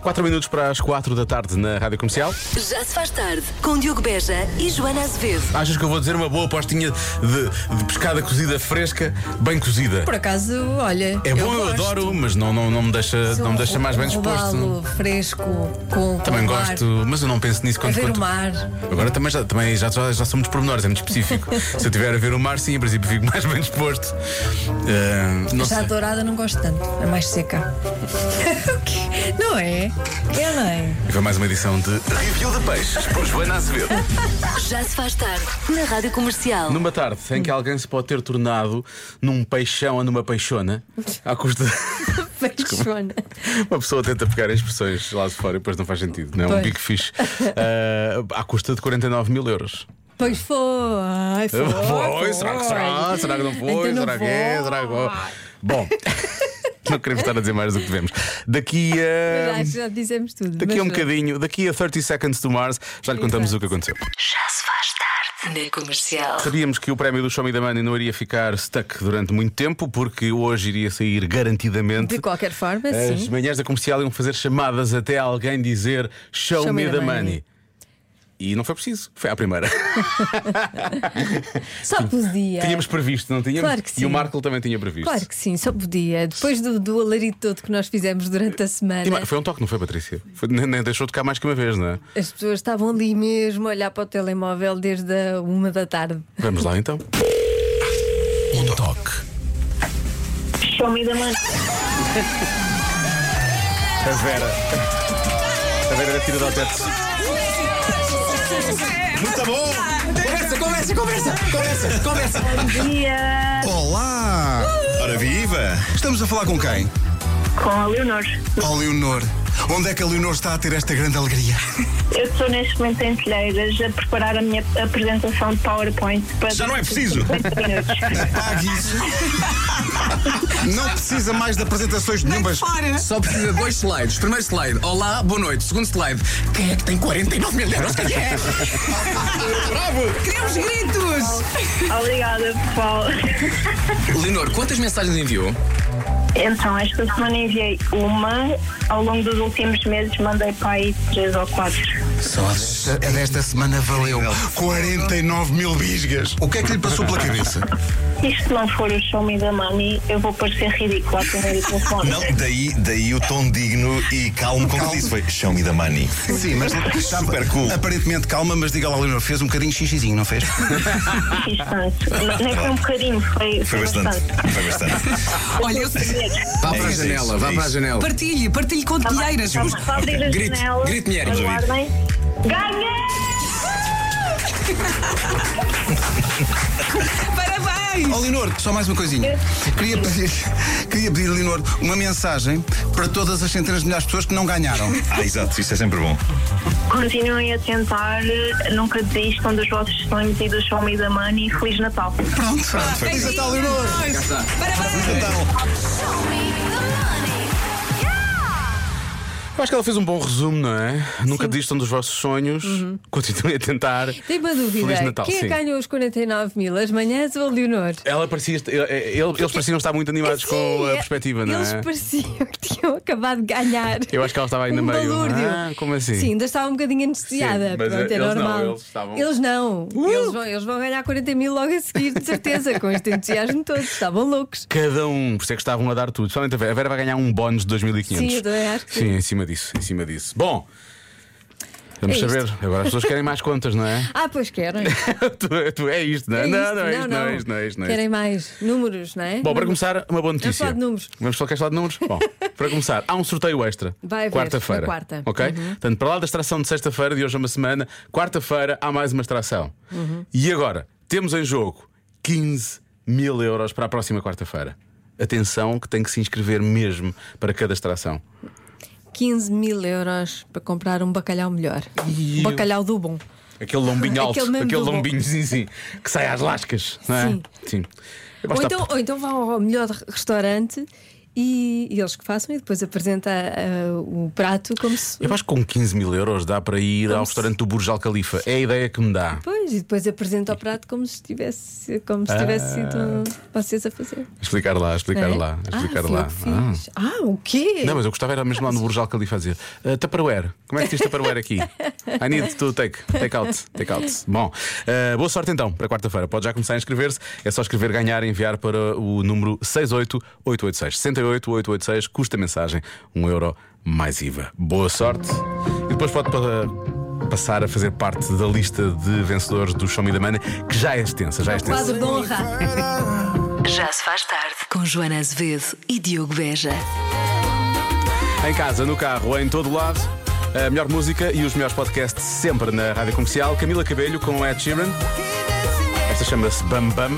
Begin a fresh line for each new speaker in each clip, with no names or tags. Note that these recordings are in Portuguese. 4 minutos para as 4 da tarde na Rádio Comercial.
Já se faz tarde com Diogo Beja e Joana Azevedo.
Achas que eu vou dizer uma boa apostinha de, de pescada cozida fresca, bem cozida?
Por acaso, olha.
É bom, é eu,
gosto.
adoro, mas não, não, não me deixa, não me deixa mais
um
bem disposto.
Robalo, fresco, com.
Também
com o mar,
gosto, mas eu não penso nisso
A
quando.
ver
quando-
o mar.
Agora também já, também já, já, já somos pormenores, é muito específico. Se eu estiver a ver o mar, sim, em princípio fico mais bem disposto. Ah, não
Já
sei.
dourada não gosto tanto. É mais seca. O quê? não é? Eu não é.
E foi mais uma edição de Review de Peixes por Joana Azevedo.
Já se faz tarde na Rádio Comercial.
Numa tarde em que alguém se pode ter tornado num peixão ou numa peixona, à custa.
Peixona.
Uma pessoa tenta pegar as expressões lá de fora e depois não faz sentido, não é? Um
Pois.
big fish. Ah, à custa de 49 mil euros.
Pois foi. Ai, foi.
Foi, será que será? Será que não foi?
Então não
será que é?
foi.
Será que foi? Bom, não queremos estar a dizer mais do que devemos. Daqui a.
Já, já dizemos tudo.
Daqui a um
mas pronto.
bocadinho, daqui a 30 Seconds to Mars, já lhe contamos
Exato.
o que aconteceu.
Já se faz tarde na Comercial.
Sabíamos que o prémio do Show Me the Money não iria ficar stuck durante muito tempo, porque hoje iria sair garantidamente.
De qualquer forma,
As
sim.
manhãs da comercial iam fazer chamadas até alguém dizer Show, me, the money. E não foi preciso, foi à primeira.
Só podia.
Tínhamos previsto, não tínhamos?
Claro que
E o
sim.
Marco também tinha previsto.
Claro que sim, só podia. Depois do, do alarido todo que nós fizemos durante a semana,
E, mas, foi um toque, não foi, Patrícia? Foi- nem, nem deixou de cá mais que uma vez, não é?
as pessoas estavam ali mesmo a olhar para o telemóvel desde a uma da tarde.
Vamos lá então.
Um toque.
Show me the money.
A Vera. A Vera era tira do teto.
Muito bom! Conversa, conversa, conversa, conversa, conversa.
Bom dia.
Olá! Ora viva! Estamos a falar com quem?
Com a Leonor.
Com a Leonor. Onde é que a Leonor está a ter esta grande alegria?
Eu estou neste momento em Telheiras a preparar a minha apresentação de PowerPoint para.
Já não é preciso.
50 minutos.
Pague isso. Não precisa mais de apresentações nenhumas.
Só precisa de dois slides. Primeiro slide, olá, boa noite. Segundo slide, quem é que tem 49 mil euros? Quem é? Bravo! Queremos gritos!
Obrigada, pessoal.
Leonor, quantas mensagens enviou?
Então, esta semana enviei uma. Ao longo dos últimos meses mandei para aí três ou quatro.
A desta semana valeu 49 mil bisgas. O que é que lhe passou pela cabeça?
Se isto não for o show me the money, eu vou parecer ridícula a primeiro telefone.
Não, daí, daí o tom digno e calmo como eu disse foi Show me the money.
Sim, mas estava
Super cool.
aparentemente calma, mas diga lá, Leonor, fez um bocadinho de xixizinho, não fez?
Fiz tanto. Não, Nem foi um bocadinho, foi,
Foi bastante. Foi bastante.
Olha, eu... Vá para a
isso,
janela,
é
vá para a
isso.
janela.
Partilhe, partilhe com
Tá bem,
telheiras.
tá bem. Só abrir a
Grite,
janela.
grite, Mieri.
Aguardem. Ganhei!
Parabéns!
Ó Leonor, só mais uma coisinha. Queria pedir, queria pedir, Leonor, uma mensagem para todas as centenas de milhares de pessoas que não ganharam.
Ah, exato, isso é sempre bom.
Continuem a tentar, nunca desistam dos vossos sonhos e do show me the money. Feliz Natal!
Pronto, Então, pronto. Feliz Natal, Leonor.
Parabéns!
Eu acho que ela fez um bom resumo, não é? Nunca desistam dos vossos sonhos, continuem a tentar.
Tem Uhum. uma dúvida.
Feliz Natal,
Quem é
sim.
que ganhou os 49 mil? As manhãs ou a Leonor?
Ela parecia, ele- ele- eles pareciam estar muito animados com a
Sim,
perspectiva, não
Eles
é?
pareciam que tinham acabado de ganhar.
Eu acho que ela estava ainda
um
meio,
balúrdio.
"Ah, como assim?"
Sim, ainda estava um bocadinho anestesiada.
Sim, mas,
Pronto,
eh,
é
eles não,
normal.
eles estavam-
Eles não.
Uh!
Eles, vão, eles vão ganhar 40 mil logo a seguir, de certeza, com este entusiasmo todo. Estavam loucos.
Cada um, por isso é que estavam a dar tudo. Somente a Vera. A Vera vai ganhar um bónus de 2500.
Sim, eu também acho que
Sim, em cima disso, em cima disso. Bom, vamos
É isto.
saber. Agora as pessoas querem mais contas, não é?
Ah, pois querem.
tu, tu- é isto, não é?
É
não,
isto,
não é isto, não é isto, não é isto. Não é isto.
Querem mais números, não é?
Bom, para começar, uma boa notícia.
falar de números.
Vamos falar, queres falar de números? Bom, para começar, há um sorteio extra.
Vai haver,
Quarta-feira.
na quarta. Uhum.
Ok? Portanto, para lá da extração de sexta-feira, de hoje a uma semana, quarta-feira há mais uma extração.
Uhum.
E agora, temos em jogo 15 mil euros para a próxima quarta-feira. Atenção, que tem que se inscrever mesmo para cada extração.
15 mil euros para comprar um bacalhau melhor.
E
Um bacalhau do bom.
Aquele lombinho alto,
Aquele mesmo
aquele
do
lombinho, sim, sim, que sai às lascas, não é?
Sim.
sim.
Ou
Basta-
então, ou então vão ao melhor restaurante e, e, e eles que façam e depois apresenta ah, o prato como se.
Eu acho que com 15 mil euros dá para ir ao restaurante do Burj Al Khalifa. É a ideia que me dá.
Pois, e depois apresenta o prato como se tivesse, como
Ah.
se tivesse sido vocês a fazer.
Explicar lá, explicar
não é?
lá, explicar
ah,
lá.
fui eu que fiz. Ah. o quê?
Não, mas eu gostava era mesmo lá no Burj Al Khalifa a dizer "Ah, Tupperware, como é que diz Tupperware aqui? I need to take, take out, take out Bom, ah, boa sorte então para quarta-feira Pode já começar a inscrever-se É só escrever ganhar e enviar para o número 68886 68886 custa a mensagem 1 euro mais IVA Boa sorte E depois pode pa- passar a fazer parte da lista de vencedores do Show Me The Money Que já é extensa, já é extensa
Quadro de honra.
Já se faz tarde com Joana Azevedo e Diogo Beja.
Em casa, no carro, em todo lado, a melhor música e os melhores podcasts sempre na Rádio Comercial. Camila Cabelho com Ed Sheeran. Esta chama-se Bam Bam,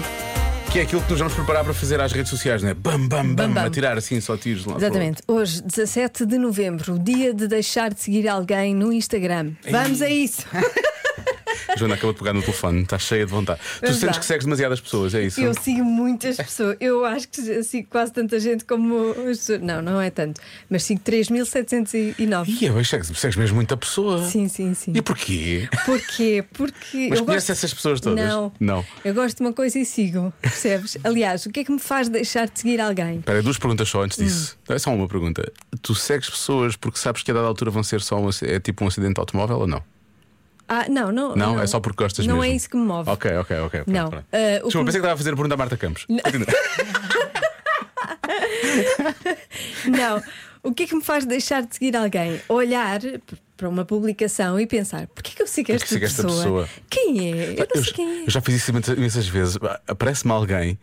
que é aquilo que nos vamos preparar para fazer às redes sociais, não é? Bam Bam Bam,
Bam, bam.
a tirar assim só tiros de lá. para o
Exatamente. Hoje, 17 de novembro, o dia de deixar de seguir alguém no Instagram. Vamos a isso.
outro. Joana acabou de pegar no telefone, está cheia de vontade. tu
Vamos
sentes
lá.
que segues demasiadas pessoas, é isso?
Eu sigo muitas pessoas. Eu acho que sigo quase tanta gente como. as pessoas. Não, não é tanto. Mas sigo 3.709.
Ia, mas segues, segues mesmo muita pessoa.
Sim, sim, sim.
E porquê?
Porquê? Porque.
Mas
eu
conhece
gosto...
essas pessoas todas?
Não.
Não.
Eu gosto de uma coisa e sigo, percebes? Aliás, o que é que me faz deixar de seguir alguém?
Espera, duas perguntas só antes
Hum.
disso. É só uma pergunta. Tu segues pessoas porque sabes que a dada altura vão ser só um, ac- é tipo um acidente de automóvel ou não?
Ah, não, não.
Não, é só porque gostas
Não
mesmo.
é isso que me move.
Ok, ok, ok.
Não.
pronto, pronto.
Ah, o que
Desculpa, pensei
me-
que estava a fazer a pergunta à Marta Campos. Continua.
Não. O que é que me faz deixar de seguir alguém? Olhar p- para uma publicação e pensar: porquê que eu sigo esta,
sigo esta
pessoa?
pessoa? Ah,
Quem é? Eu não
Eu,
sei quem é.
eu já fiz isso imensas- imensas vezes. Ah, Aparece-me alguém.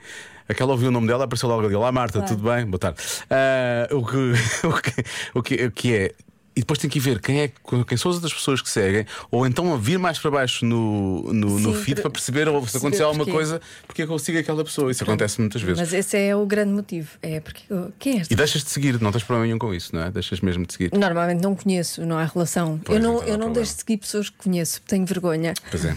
Aquela ouviu o nome dela, apareceu logo ali. Olá Marta,
Claro.
tudo bem? Boa tarde. Ah, o, que, o, que, o, que, o que é? E depois tem que ir ver quem, é, quem são as outras pessoas que seguem, ou então a vir mais para baixo no, no, no
Sim,
feed
para-
para perceber ou se
perceber
aconteceu alguma
porquê.
coisa, porque é que eu sigo aquela pessoa. Isso acontece muitas vezes.
Mas esse é o grande motivo. É porque eu- quem é esta?
E deixas de seguir, não tens problema nenhum com isso, não é? Deixas mesmo de seguir.
Normalmente não conheço, não há relação.
Pois,
eu não,
então não há
eu não
problema.
deixo de seguir pessoas que conheço, tenho vergonha.
Pois é.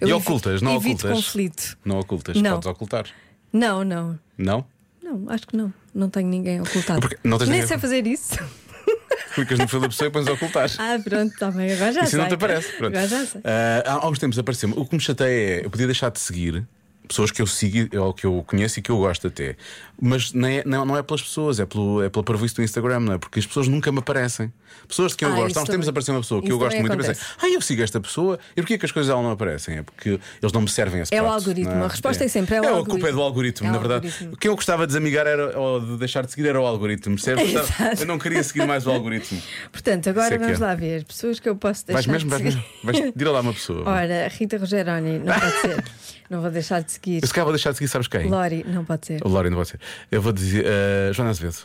Eu
e
evi-
ocultas, não
evito
ocultas.
conflito.
Não ocultas,
Não.
podes ocultar.
Não, não.
Não?
Não, acho que não. Não tenho ninguém ocultado.
Porque não tens
Nem
ninguém-
sei fazer isso.
Clicas no perfil da pessoa e pões ocultar.
Ah, pronto, está bem. Agora já
Isso
sei.
não te aparece. Pronto.
Agora já sei.
Ah, há- há uns tempos apareceu-me. O que me chateia é eu podia deixar de seguir pessoas que eu sigo, ou que eu conheço e que eu gosto até. Mas não é, não, não é pelas pessoas, é pelo, é pela previsto do Instagram, não é? Porque as pessoas nunca me aparecem. Pessoas de quem eu
Ah,
gosto.
isso
Há uns tempos
também.
apareceu uma pessoa que
Isso
eu gosto
também
muito e
acontece.
pensei, ah, eu sigo esta pessoa, e porquê que as coisas dela não aparecem? É porque eles não me servem a esse
É o
prato,
algoritmo.
não
A resposta é sempre, é o
a
algoritmo.
culpa é do algoritmo,
É o
na verdade.
algoritmo.
Quem eu gostava de desamigar era, ou de deixar de seguir era o algoritmo, percebes? Portanto,
Exato.
Então, Eu não queria seguir mais o algoritmo.
Portanto,
Isso
agora
é que
vamos
é.
lá ver. Pessoas que eu posso deixar
Vais mesmo,
de
vais
seguir.
mesmo. Vais, tira lá uma pessoa.
Ora, Rita Rogeroni, não pode ser. não vou deixar de seguir.
Eu se calhar vou deixar de seguir, sabes quem?
Lori, não pode ser.
O Lori, não pode ser. Eu vou dizer eh, Joana Azevedo.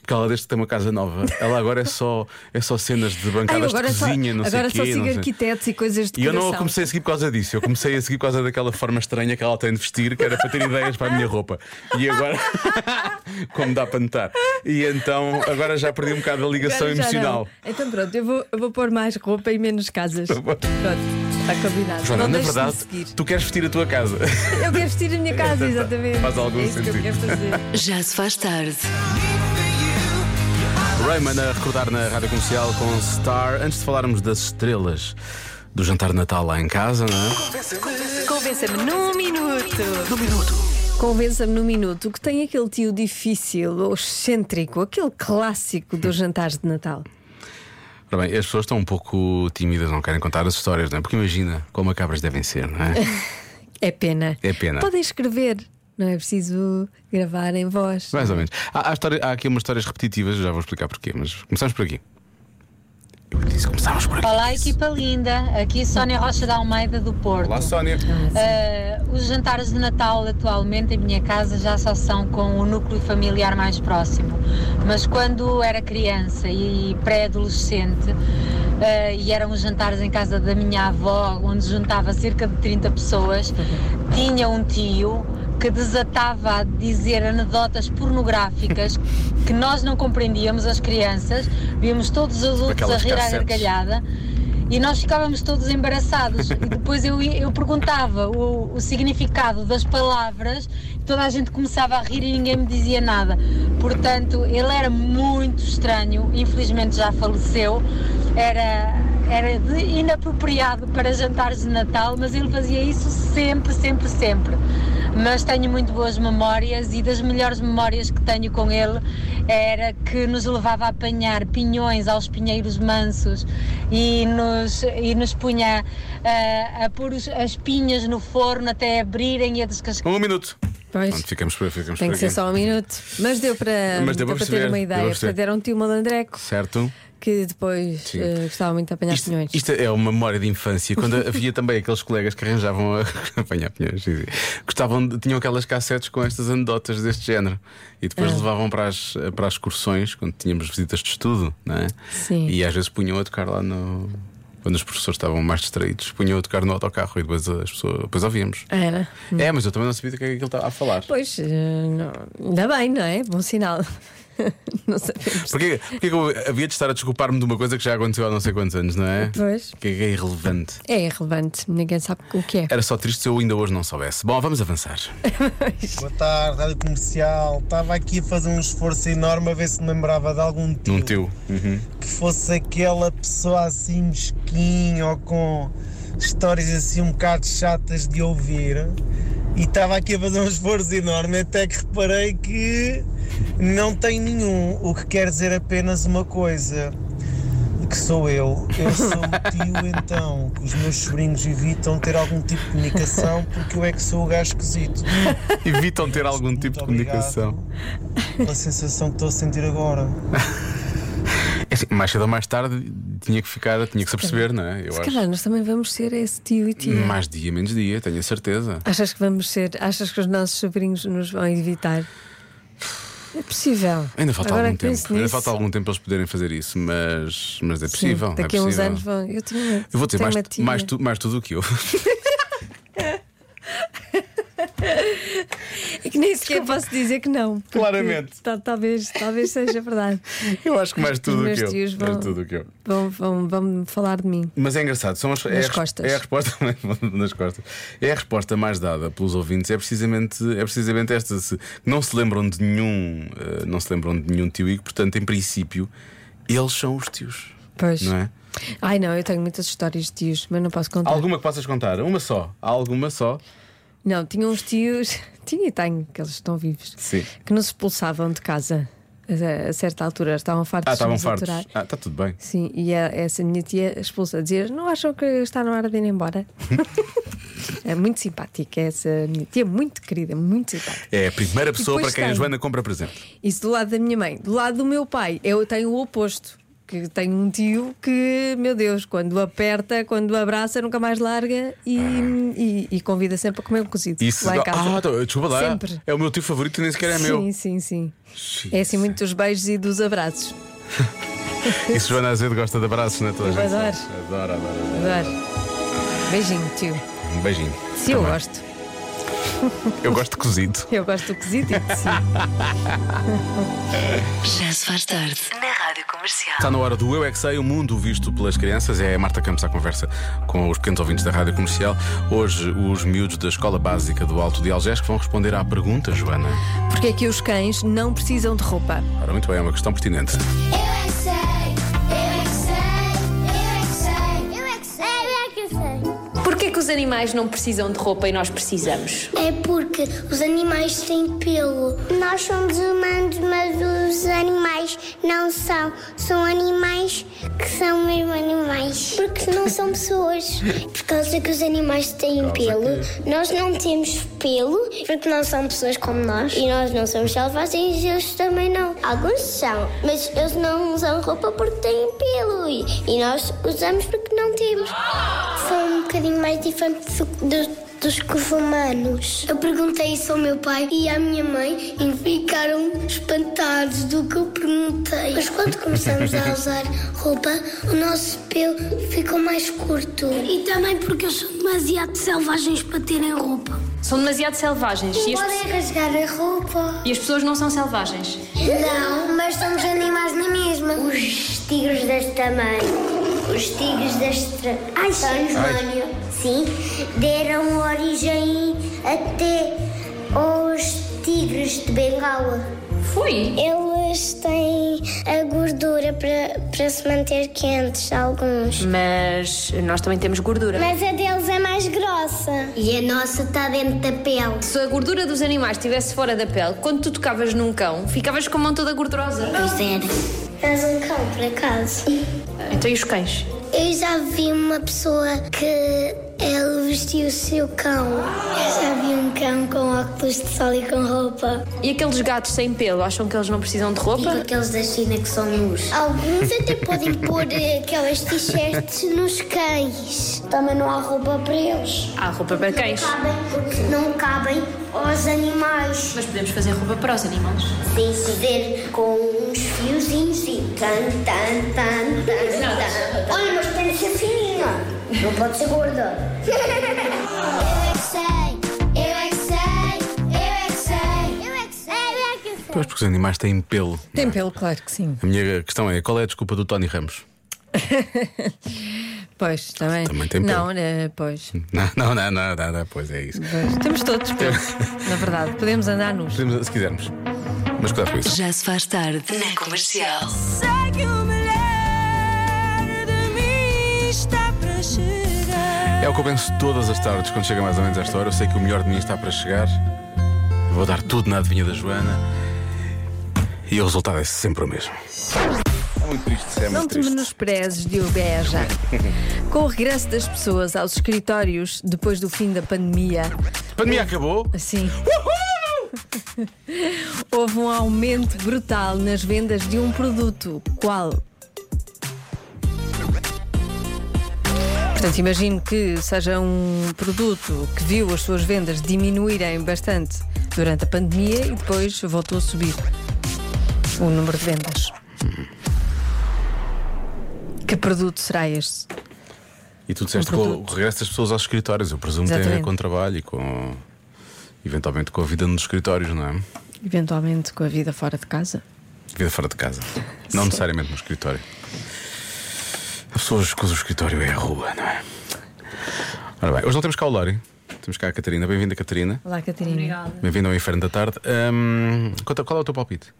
Porque ela desde que tem uma casa nova. Ela agora é só, é só cenas de
Ai,
bancadas
agora
de
só,
cozinha, não sei
agora
quê,
só
não
sigo
sei.
arquitetos e coisas de
E eu não a
decoração.
comecei a seguir por causa disso. Eu comecei a seguir por causa daquela forma estranha que ela tem de vestir, que era para ter ideias para a minha roupa. E agora, como dá para notar. E então, agora já perdi um bocado a ligação
Agora já
emocional.
não. Então pronto, eu vou, eu vou pôr mais roupa e menos casas.
Tá bom.
Pronto, está combinado.
Joana,
não
na
deixes de
verdade,
seguir.
tu queres vestir a tua casa.
Eu quero vestir a minha casa, exatamente.
Faz algum
é isso Que
sentido.
eu quero fazer.
Já se faz tarde.
Rayman a recordar na rádio comercial com Star. Antes de falarmos das estrelas do jantar de Natal lá em casa, não é?
Convença-me num minuto.
Convença-me no minuto que tem aquele tio difícil ou excêntrico, aquele clássico dos jantares de Natal.
Ora bem, as pessoas estão um pouco tímidas, não querem contar as histórias, não é? Porque imagina como macabras devem ser, não é?
É pena.
É pena.
Podem escrever, não é preciso gravar em voz.
Mais ou menos. Há, há história- há aqui umas histórias repetitivas, já vou explicar porquê, mas começamos por aqui. Eu disse, começámos por aqui.
Olá, equipa linda. Aqui é Sónia Rocha da Almeida do Porto.
Olá, Sónia.
Ah, os jantares de Natal atualmente em minha casa já só são com o núcleo familiar mais próximo. Mas quando era criança e pré-adolescente, ah, e eram os jantares em casa da minha avó, onde juntava cerca de 30 pessoas, tinha um tio que desatava a dizer anedotas pornográficas que nós não compreendíamos as crianças, víamos todos os adultos a
Aquelas
rir à
cassetes.
gargalhada. E nós ficávamos todos embaraçados. E depois eu, ia- eu perguntava o, o significado das palavras, toda a gente começava a rir e ninguém me dizia nada. Portanto, ele era muito estranho, infelizmente já faleceu. Era, era de- inapropriado para jantares de Natal, mas ele fazia isso sempre, sempre, sempre. Mas tenho muito boas memórias e das melhores memórias que tenho com ele era que nos levava a apanhar pinhões aos pinheiros mansos e nos, e nos punha ah, a pôr os- as pinhas no forno até abrirem e a descascar.
Um minuto.
Pois.
Pronto, ficamos por, ficamos
Tem
por
que ser
aqui.
só um minuto. Mas deu para,
Mas deu para
deu para
perceber,
ter uma
deu para
ideia.
perceber.
Portanto, era um tio malandreco
Certo?
que depois
Sim.
eh, gostava muito de apanhar
Isto,
pinhões.
isto é uma memória de infância. Quando havia também aqueles colegas que arranjavam a apanhar pinhões, sim, sim. gostavam de, tinham aquelas cassetes com estas anedotas deste género e depois
É.
levavam para as, para as excursões quando tínhamos visitas de estudo, não é?
Sim.
E às vezes punham a tocar lá no. Quando os professores estavam mais distraídos, punham a tocar no autocarro e depois as pessoas depois ouvíamos.
Era.
É, mas eu também não sabia do que é que ele estava a falar.
Pois, eh, não- ainda bem, não é? Bom sinal. não sabemos.
Porquê, porquê que eu havia de estar a desculpar-me de uma coisa que já aconteceu há não sei quantos anos, não é?
Pois.
Que é irrelevante.
É irrelevante, ninguém sabe o que é.
Era só triste se eu ainda hoje não soubesse. Bom, vamos avançar.
Boa tarde, Rádio Comercial. Estava aqui a fazer um esforço enorme a ver se me lembrava de algum tio,
Num teu.
que fosse aquela pessoa assim mesquinha ou com histórias assim um bocado chatas de ouvir. E estava aqui a fazer um esforço enorme até que reparei que não tem nenhum, o que quer dizer apenas uma coisa. Que sou eu, eu sou o tio então, que os meus sobrinhos evitam ter algum tipo de comunicação porque eu é que sou o gajo esquisito.
Evitam ter algum
Muito
tipo de
obrigado
comunicação.
Pela sensação que estou a sentir agora.
É assim, mais cedo ou mais tarde tinha que ficar, tinha que se aperceber, não é? Eu
Se
acho.
calhar nós também vamos ser esse tio e tia.
Mais dia, menos dia, tenho a certeza.
Achas que vamos ser? Achas que os nossos sobrinhos nos vão evitar? É possível.
Ainda falta
Agora
algum
que
tempo.
penso
Ainda
nisso,
falta algum tempo para eles poderem fazer isso, mas, mas é
sim,
possível. é
Daqui a uns
possível.
anos vão. Eu tenho medo.
Eu vou ter
Tenho
mais,
uma tia.
mais, tu, mais tudo do que eu.
É que nem sequer posso dizer que não. porque
Claramente.
tal- talvez, talvez seja verdade.
Eu acho que mais tudo do
meus
que eu.
tios
Mais
vão-
tudo do que eu.
Vão, vão, vão falar de mim.
Mas é engraçado, são as, é, a, res-
costas.
é a resposta nas costas. É a resposta mais dada pelos ouvintes, é precisamente, é precisamente esta. Se, não se lembram de nenhum, eh, não se lembram de nenhum tio e, portanto, em princípio, eles são os tios,
Pois.
não é?
Ai não, eu tenho muitas histórias de tios, mas não posso contar.
Alguma que possas contar? Uma só, Há alguma só.
Não, tinha uns tios, tinha e tenho, que eles estão vivos,
Sim.
que nos expulsavam de casa a, a certa altura, estavam fartos
Ah, estavam
de nos
fartos.
aturar.
Ah, está tudo bem.
Sim, e a- essa minha tia expulsa, dizia: Não acham que está na hora de ir embora? é muito simpática, essa minha tia, muito querida, muito simpática.
É a primeira pessoa para
depois
quem a
tem-
Joana compra presente.
Isso do lado da minha mãe. Do lado do meu pai, eu tenho o oposto. Que tenho um tio que, meu Deus, quando aperta, quando abraça, nunca mais larga e, e- e convida sempre a comer um cozido.
Isso.
lá em casa.
ah, então, desculpa lá.
Sempre.
É o meu tio favorito e nem sequer é
sim,
meu.
sim, sim.
Sim.
É assim muito dos beijos e dos abraços.
Isso Joana Azevedo gosta de abraços, não é? Toda a
Eu
gente
adoro.
sabe. Adoro, adoro, adoro.
Adoro. Beijinho, tio.
Um beijinho.
Se eu
Também.
gosto.
Eu gosto de cozido.
Eu gosto do cozido e de si.
Já se faz tarde na Rádio Comercial.
Está na hora do Eu É Que Sei, o mundo visto pelas crianças. É a Marta Campos à conversa com os pequenos ouvintes da Rádio Comercial. Hoje, os miúdos da Escola Básica do Alto de Algés que vão responder à pergunta, Joana.
Porquê é que os cães não precisam de roupa?
Ora, muito bem, é uma questão pertinente.
Porquê que os animais não precisam de roupa e nós precisamos?
É porque os animais têm pelo. Nós somos humanos, mas os animais não são. São animais que são mesmo animais. Porque não são pessoas. Por causa que os animais têm pelo, nós não temos pelo, porque não são pessoas como nós. E nós não somos selvagens e eles também não. Alguns são, mas eles não usam roupa porque têm pelo. E, e nós usamos porque não temos. São um bocadinho mais diferentes do dos humanos. Eu perguntei isso ao meu pai e à minha mãe e ficaram espantados do que eu perguntei. Mas quando começamos a usar roupa, o nosso pelo ficou mais curto. E também porque eles são demasiado selvagens para terem roupa.
São demasiado selvagens e as,
Podem rasgar a roupa.
e as pessoas não são selvagens.
Não, mas somos animais na mesma. Os tigres deste tamanho. Os tigres da Estra- Tasmânia sim, deram origem até aos tigres de Bengala. Foi? Eles têm a gordura para, para se manter quentes, alguns.
Mas nós também temos gordura.
Mas a deles é mais grossa. E a nossa está dentro da pele.
Se a gordura dos animais estivesse fora da pele, quando tu tocavas num cão, ficavas com a mão toda gordurosa.
Pois era. És um cão, por acaso.
Então e os cães?
Eu já vi uma pessoa que ele vestiu o seu cão. Eu já vi um cão com óculos de sol e com roupa.
E aqueles gatos sem pelo, acham que eles não precisam de roupa?
E
aqueles da China que são nus.
Alguns até podem pôr eh, aquelas t-shirts nos cães. Também não há roupa para eles.
Há Ah, roupa para cães.
Não cabem, porque não cabem aos animais.
Mas podemos fazer roupa para os animais.
Tem que ver com uns fiozinhos e tan, tan, tan, tan, tan. Olha, mas tem que ser fininha. Não pode ser gorda. Eu é que sei, eu é que sei, eu é que sei, eu é que sei, eu é que sei.
Pois porque os animais têm pelo.
Tem pelo, claro que sim.
A minha questão é: qual é a desculpa do Tony Ramos?
Pois, também.
Também tem
Não, né, pois.
Não, não, não, não, não, não, pois é isso.
Pois, Temos todos pelo, na verdade. Podemos andar nus.
Podemos- Se quisermos. Mas cuidado com isso.
Já se faz tarde na comercial.
Sei que o melhor de mim está para chegar.
É o que eu penso todas as tardes, quando chega mais ou menos a esta hora. Eu sei que o melhor de mim está para chegar. Vou dar tudo na adivinha da Joana. E o resultado é sempre o mesmo. É muito triste, isso é
Não
muito
te
triste.
menosprezes, Diogo Beja. Com o regresso das pessoas aos escritórios depois do fim da pandemia.
A pandemia acabou?
Sim. Houve um aumento brutal nas vendas de um produto. Qual? Portanto, imagino que seja um produto que viu as suas vendas diminuírem bastante durante a pandemia e depois voltou a subir o número de vendas. Que produto será este?
E tu disseste
Um
com o
produto.
regresso das pessoas aos escritórios. Eu presumo que tem a ver
Exatamente.
com o trabalho e com. eventualmente com a vida nos escritórios, não é?
Eventualmente com a vida fora de casa?
Vida fora de casa. Não necessariamente no escritório. As pessoas que usam o escritório é a rua, não é? Ora bem, hoje não temos cá o Lori. Temos cá a Catarina. Bem-vinda, Catarina.
Olá, Catarina. Obrigada.
Bem-vindo ao Inferno da Tarde. Hum, conta, qual é o teu palpite?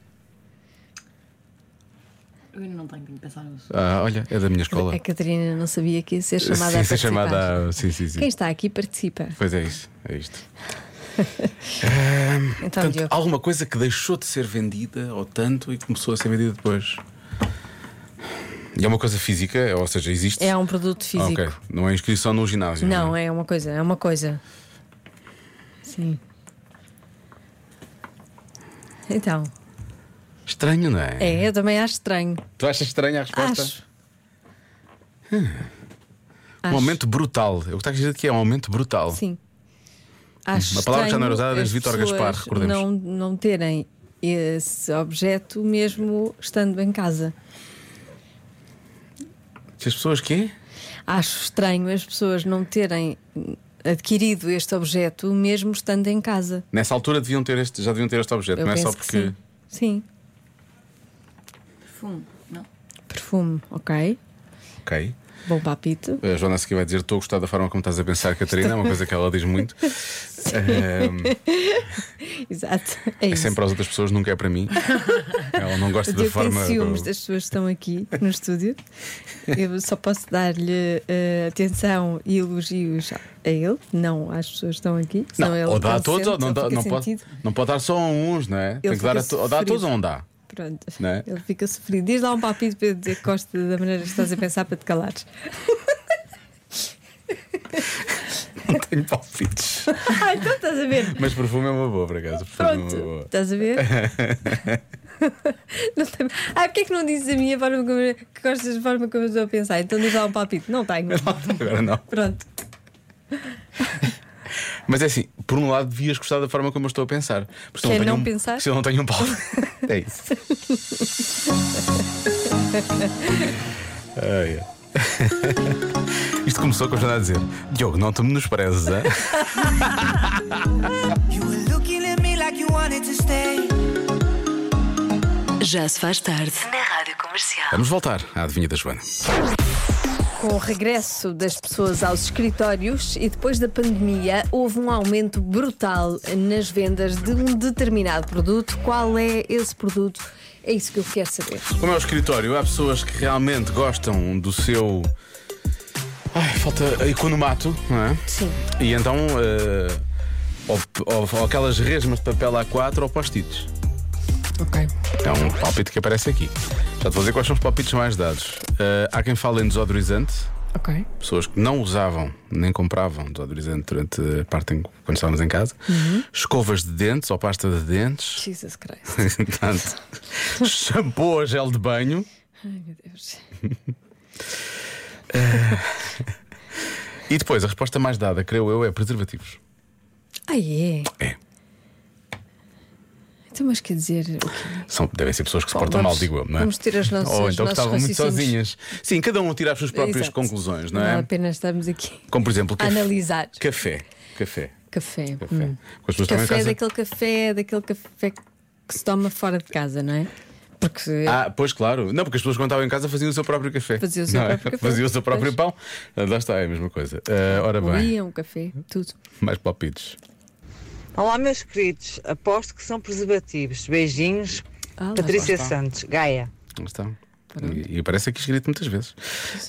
Eu ainda não tenho que pensar nisso.
Ah, olha, é da minha escola.
A Catarina não sabia que ia ser é chamada
sim,
a
ser
participar. é
chamada a... Sim, sim, sim.
Quem está aqui participa. Então,
Pois é isso, é isto. Hum,
Então,
portanto,
Diogo.
alguma coisa que deixou de ser vendida ou tanto e começou a ser vendida depois. E é uma coisa física, ou seja, existe.
É um produto
Ah,
físico.
ok. Não é inscrição no ginásio.
Não, é uma coisa, é uma coisa. Sim. Então,
Estranho, não é?
é, eu também acho estranho.
Tu achas estranha a resposta?
Acho.
Um aumento brutal. O que está a dizer aqui é um aumento brutal.
Sim. Acho
Uma palavra que já não era
estranho
usada desde
as
Vítor
pessoas
Gaspar, recordemos.
Não, não terem esse objeto mesmo estando em casa.
Se as pessoas quê?
Acho estranho as pessoas não terem adquirido este objeto mesmo estando em casa.
Nessa altura deviam ter este, já deviam ter este objeto,
Eu
não é só
penso que
porque.
sim. Sim.
Perfume, não.
Perfume, ok.
Ok.
Bom papito.
A Joana Sequer vai dizer: Estou a gostar da forma como estás a pensar, Catarina. É uma coisa que ela diz muito. Ahm,
Exato. É,
é
isso.
sempre para as outras pessoas, nunca é para mim. Ela não gosta
Eu
da
tenho
forma.
ciúmes das pessoas que estão aqui no estúdio. Eu só posso dar-lhe eh, atenção e elogios a ele, não às pessoas que estão aqui. senão
Não,
ele
ou dá a
ele
todos, ou
sente,
não,
ele
dá-
fica
não pode,
sentido.
não pode dar só a uns, não é? Tem que
fica
dar a, to- ou dá a todos ou não dá?
Pronto.
Não é?
Ele fica sofrido. Diz lá um papito para eu dizer que gosta da maneira que estás a pensar para te calares.
Não tenho palpites.
ah, então estás a ver.
Mas perfume é uma boa, por acaso. Perfume É uma boa.
Estás a ver? Não tem- Ah, porquê é que não dizes a minha forma como que gostas da forma como eu estou a pensar? Então diz lá um palpite. Não tenho.
Agora não.
Pronto.
Mas é assim, por um lado devias gostar da forma como eu estou a pensar. Porque se
Que é
tenho
não
um-
pensar?
Se eu não tenho um palco. é isso. Ai, ai. Isto começou com a Joana a dizer: Diogo, não te menosprezes. hã?"
You were looking at me like you wanted to stay.
Já se faz tarde na rádio comercial.
Vamos voltar à adivinha da Joana.
Com o regresso das pessoas aos escritórios e depois da pandemia, houve um aumento brutal nas vendas de um determinado produto. Qual é esse produto? É isso que eu quero saber.
Como é o escritório, há pessoas que realmente gostam do seu. Ai, falta economato, não é?
Sim.
E então. eh, ou, ou- ou aquelas resmas de papel A4 ou post-its.
Ok.
É um palpite que aparece aqui. Já te vou dizer quais são os palpites mais dados. Eh, há quem fale em desodorizante.
Ok.
Pessoas que não usavam nem compravam desodorizante durante a parte em, quando estávamos em casa.
Uhum.
Escovas de dentes ou pasta de dentes.
Jesus Christ.
Tanto. Shampoo ou gel de banho.
Ai, meu Deus.
E depois, a resposta mais dada, creio eu, é preservativos.
Ai, é.
É.
Então, mas quer dizer. o quê?
São, devem ser pessoas que se portam
vamos-
mal, digo eu, não é?
vamos ter as nossas-
Ou então que
nossos
estavam muito
raciocínios.
sozinhas. Sim, cada um tira as suas próprias
Exato.
conclusões, não é?
apenas estamos aqui
Como por exemplo,
a
café.
analisar.
Café. Café.
Café.
Café.
Hum.
Porque as pessoas estão em
Café
casa.
daquele café, daquele café que se toma fora de casa, não é? Porque
Ah, pois claro. Não, porque as pessoas quando estavam em casa faziam o seu próprio café.
Faziam o seu
Não é?
próprio café.
Faziam o seu próprio pão. Ah, Lá está, é a mesma coisa. Ah,
é
ora bem,
bebiam um café, tudo.
mais palpites.
Olá, meus queridos. Aposto que são preservativos. Beijinhos.
Ah,
Patrícia
Lá está.
Santos, Gaia.
Lá está. E, e aparece aqui escrito muitas vezes.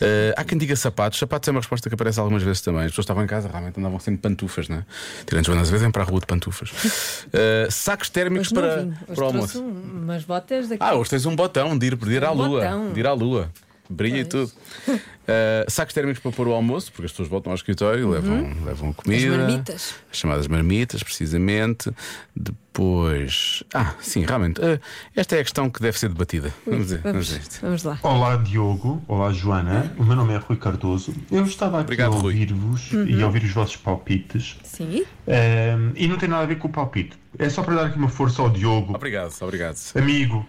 Ah, há quem diga sapatos. Sapatos é uma resposta que aparece algumas vezes também. As pessoas estavam em casa, realmente andavam sempre de pantufas, não é? Tirando Joana, às vezes vêm para a rua de pantufas. Ah, sacos térmicos
Hoje não
para,
vim. Hoje
para o
trouxe
almoço.
um- umas botas daqui.
Ah, hoje tens um botão de ir, de ir à
Um
lua.
botão.
De ir à lua. Brilha e tudo. Ah, sacos térmicos para pôr o almoço, porque as pessoas voltam ao escritório e levam, levam comida.
Uhum. As marmitas.
As chamadas marmitas, precisamente. Depois. Ah, sim, realmente. ah, esta é a questão que deve ser debatida. Vamos dizer, vamos dizer.
Vamos lá.
Olá Diogo, olá Joana, o meu nome é Rui Cardoso. Eu estava aqui a ouvir-vos e
Uhum.
a ouvir os vossos palpites.
Sim.
Ehm, e não tem nada a ver com o palpite. É só para dar aqui uma força ao Diogo.
Obrigado, obrigado.
Amigo,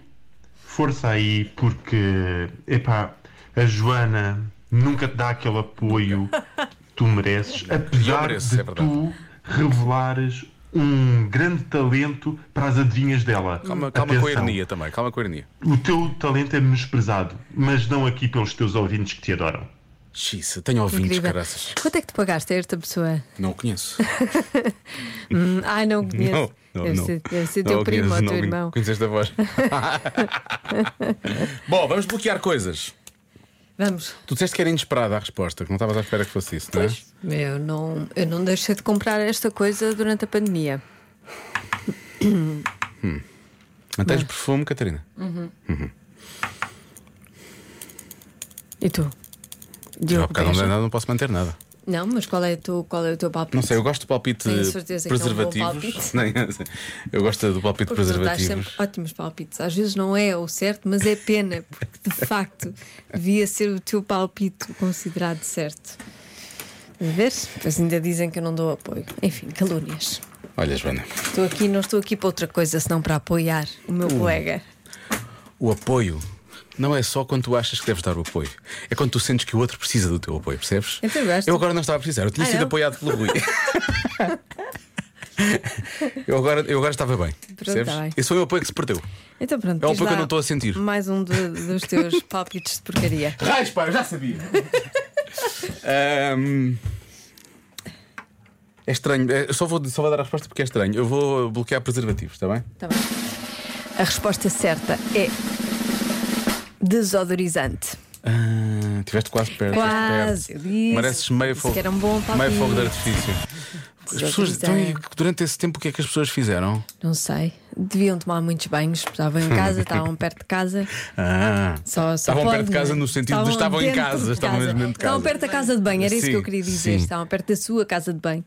força aí, porque epá, a Joana nunca te dá aquele apoio que tu mereces, apesar
mereço,
de
é verdade.
tu revelares um grande talento para as adivinhas dela.
Calma, calma com a
Atenção.
ironia também, calma com a ironia.
O teu talento é menosprezado, mas não aqui pelos teus ouvintes que te adoram.
Xissa, tenho ouvintes,
Incrível.
caraças.
Quanto é que tu pagaste a esta pessoa?
Não o conheço.
Hum, ah, não conheço. deve, Ser, deve ser teu
Não o
primo
conheço,
ou
não
teu irmão.
Conheceste a voz. Bom, vamos bloquear coisas.
Vamos.
Tu disseste que era inesperada a resposta, que não estavas à espera que fosse isso, não é?
Eu não, eu não deixei de comprar esta coisa durante a pandemia.
Hum. Mantens perfume, Catarina?
Uhum.
Uhum.
E tu?
Já
Diogo
há bocado não,
Beja.
não posso manter nada.
Não, mas qual é, tu, qual é o teu palpite?
Não sei, eu gosto do palpite
Tenho certeza que é um bom
preservativos.
palpite.
Nem- eu gosto do palpite
Porque tu dás
preservativos.
sempre ótimos palpites. Às vezes não é o certo, mas é pena, porque de facto devia ser o teu palpite considerado certo. Estás a ver? Pois ainda dizem que eu não dou apoio. Enfim, calúnias.
Olha, Joana,
Estou aqui, não estou aqui para outra coisa senão para apoiar o meu
Uh.
colega.
o apoio não é só quando tu achas que deves dar o apoio, é quando tu sentes que o outro precisa do teu apoio, percebes?
Então eu gosto.
Eu agora não estava a precisar, eu tinha
Ah,
sido
não?
apoiado pelo Rui. eu, agora, eu agora estava bem. Percebes?
tá bem.
Esse foi o apoio que se perdeu.
Então pronto,
É o apoio
diz
que eu
lá
não estou a sentir.
Mais um do- dos teus palpites de porcaria.
Raios, pá, eu já sabia. Ahm, É estranho, É, eu só vou, só vou dar a resposta porque é estranho. Eu vou bloquear preservativos, está bem?
Tá bem. A resposta certa é desodorizante.
Ah, tiveste quase perto.
Quase,
tiveste
eu
perto.
disse.
Mereces meio
Disse
fogo.
que era um bom palpite.
meio fogo de artifício. As pessoas, então, e durante esse tempo, o que é que as pessoas fizeram?
Não sei. Deviam tomar muitos banhos, estavam em casa, estavam perto de casa.
Ah,
Só, só
estavam
pode,
perto de casa no sentido de estavam em
dentro
casa,
de
estavam mesmo dentro de casa.
Estavam perto da casa de banho, era isso
Sim,
que eu queria dizer.
sim.
Estavam perto da sua casa de banho.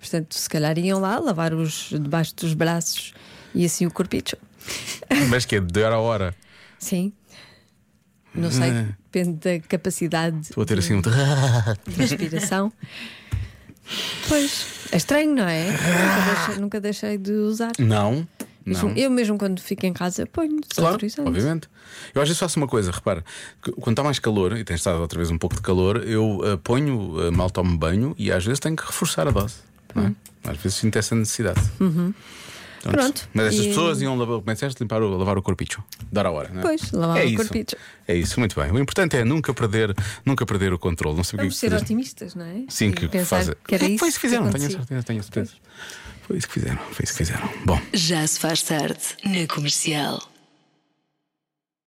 Portanto, se calhar iam lá lavar os debaixo dos braços e assim o corpicho.
Mas que é de hora a hora.
Sim. Não sei,
Ah.
depende da capacidade
Estou a ter assim um.
de respiração. pois, é estranho, não
Ah.
é? Nunca deixei, nunca deixei de usar.
Não,
Mesmo-
não.
Eu mesmo quando fico em casa ponho
Claro,
desodorizante.
obviamente. Eu às vezes faço uma coisa, repara, que quando está mais calor, e tem estado outra vez um pouco de calor, eu ah, ponho, ah, mal tomo banho e às vezes tenho que reforçar a dose. não é? Às vezes sinto essa necessidade.
Uhum. Pronto.
Mas estas
E-
pessoas iam lavar, começaste a limpar o, lavar o corpicho. Dar a hora, não é?
Pois, lavar
É
o
isso.
corpicho.
É isso, muito bem. O importante é nunca perder, nunca perder o controle. Não sei o que
Vamos ser
fazer.
otimistas, não é?
Sim, que, que
pensar
fazem.
que era
É,
isso
foi isso que fizeram,
que
tenho a
acontecia.
certeza, tenho a certeza. Foi isso que fizeram, foi isso que fizeram. Bom.
Já se faz tarde na comercial.